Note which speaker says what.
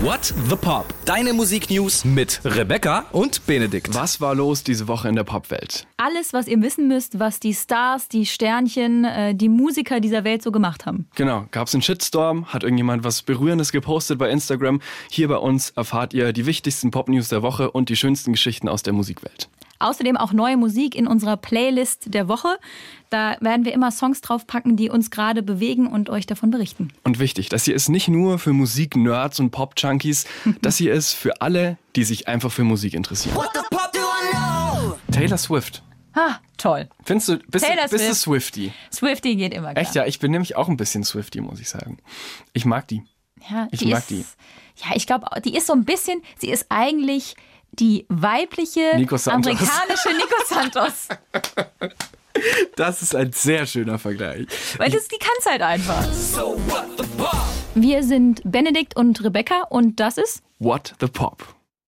Speaker 1: What the Pop? Deine Musiknews mit Rebecca und Benedikt.
Speaker 2: Was war los diese Woche in der Popwelt?
Speaker 3: Alles, was ihr wissen müsst, was die Stars, die Sternchen, äh, die Musiker dieser Welt so gemacht haben.
Speaker 2: Genau, gab es einen Shitstorm? Hat irgendjemand was Berührendes gepostet bei Instagram? Hier bei uns erfahrt ihr die wichtigsten Popnews der Woche und die schönsten Geschichten aus der Musikwelt.
Speaker 3: Außerdem auch neue Musik in unserer Playlist der Woche. Da werden wir immer Songs draufpacken, die uns gerade bewegen und euch davon berichten.
Speaker 2: Und wichtig, das hier ist nicht nur für Musik-Nerds und Pop-Junkies, das hier ist für alle, die sich einfach für Musik interessieren.
Speaker 4: What the pop do I know?
Speaker 2: Taylor Swift.
Speaker 3: Ah, toll.
Speaker 2: Findest du, bist,
Speaker 3: Taylor
Speaker 2: du, bist du
Speaker 3: Swift.
Speaker 2: Swifty?
Speaker 3: Swifty geht immer klar.
Speaker 2: Echt ja, ich bin nämlich auch ein bisschen Swifty, muss ich sagen. Ich mag die.
Speaker 3: Ja,
Speaker 2: Ich
Speaker 3: die
Speaker 2: mag
Speaker 3: ist,
Speaker 2: die.
Speaker 3: Ja, ich glaube, die ist so ein bisschen, sie ist eigentlich die weibliche
Speaker 2: Nico Santos.
Speaker 3: amerikanische Nico Santos.
Speaker 2: Das ist ein sehr schöner Vergleich.
Speaker 3: Weil das, die kann es halt einfach.
Speaker 1: So what the pop?
Speaker 3: Wir sind Benedikt und Rebecca und das ist
Speaker 2: What the Pop?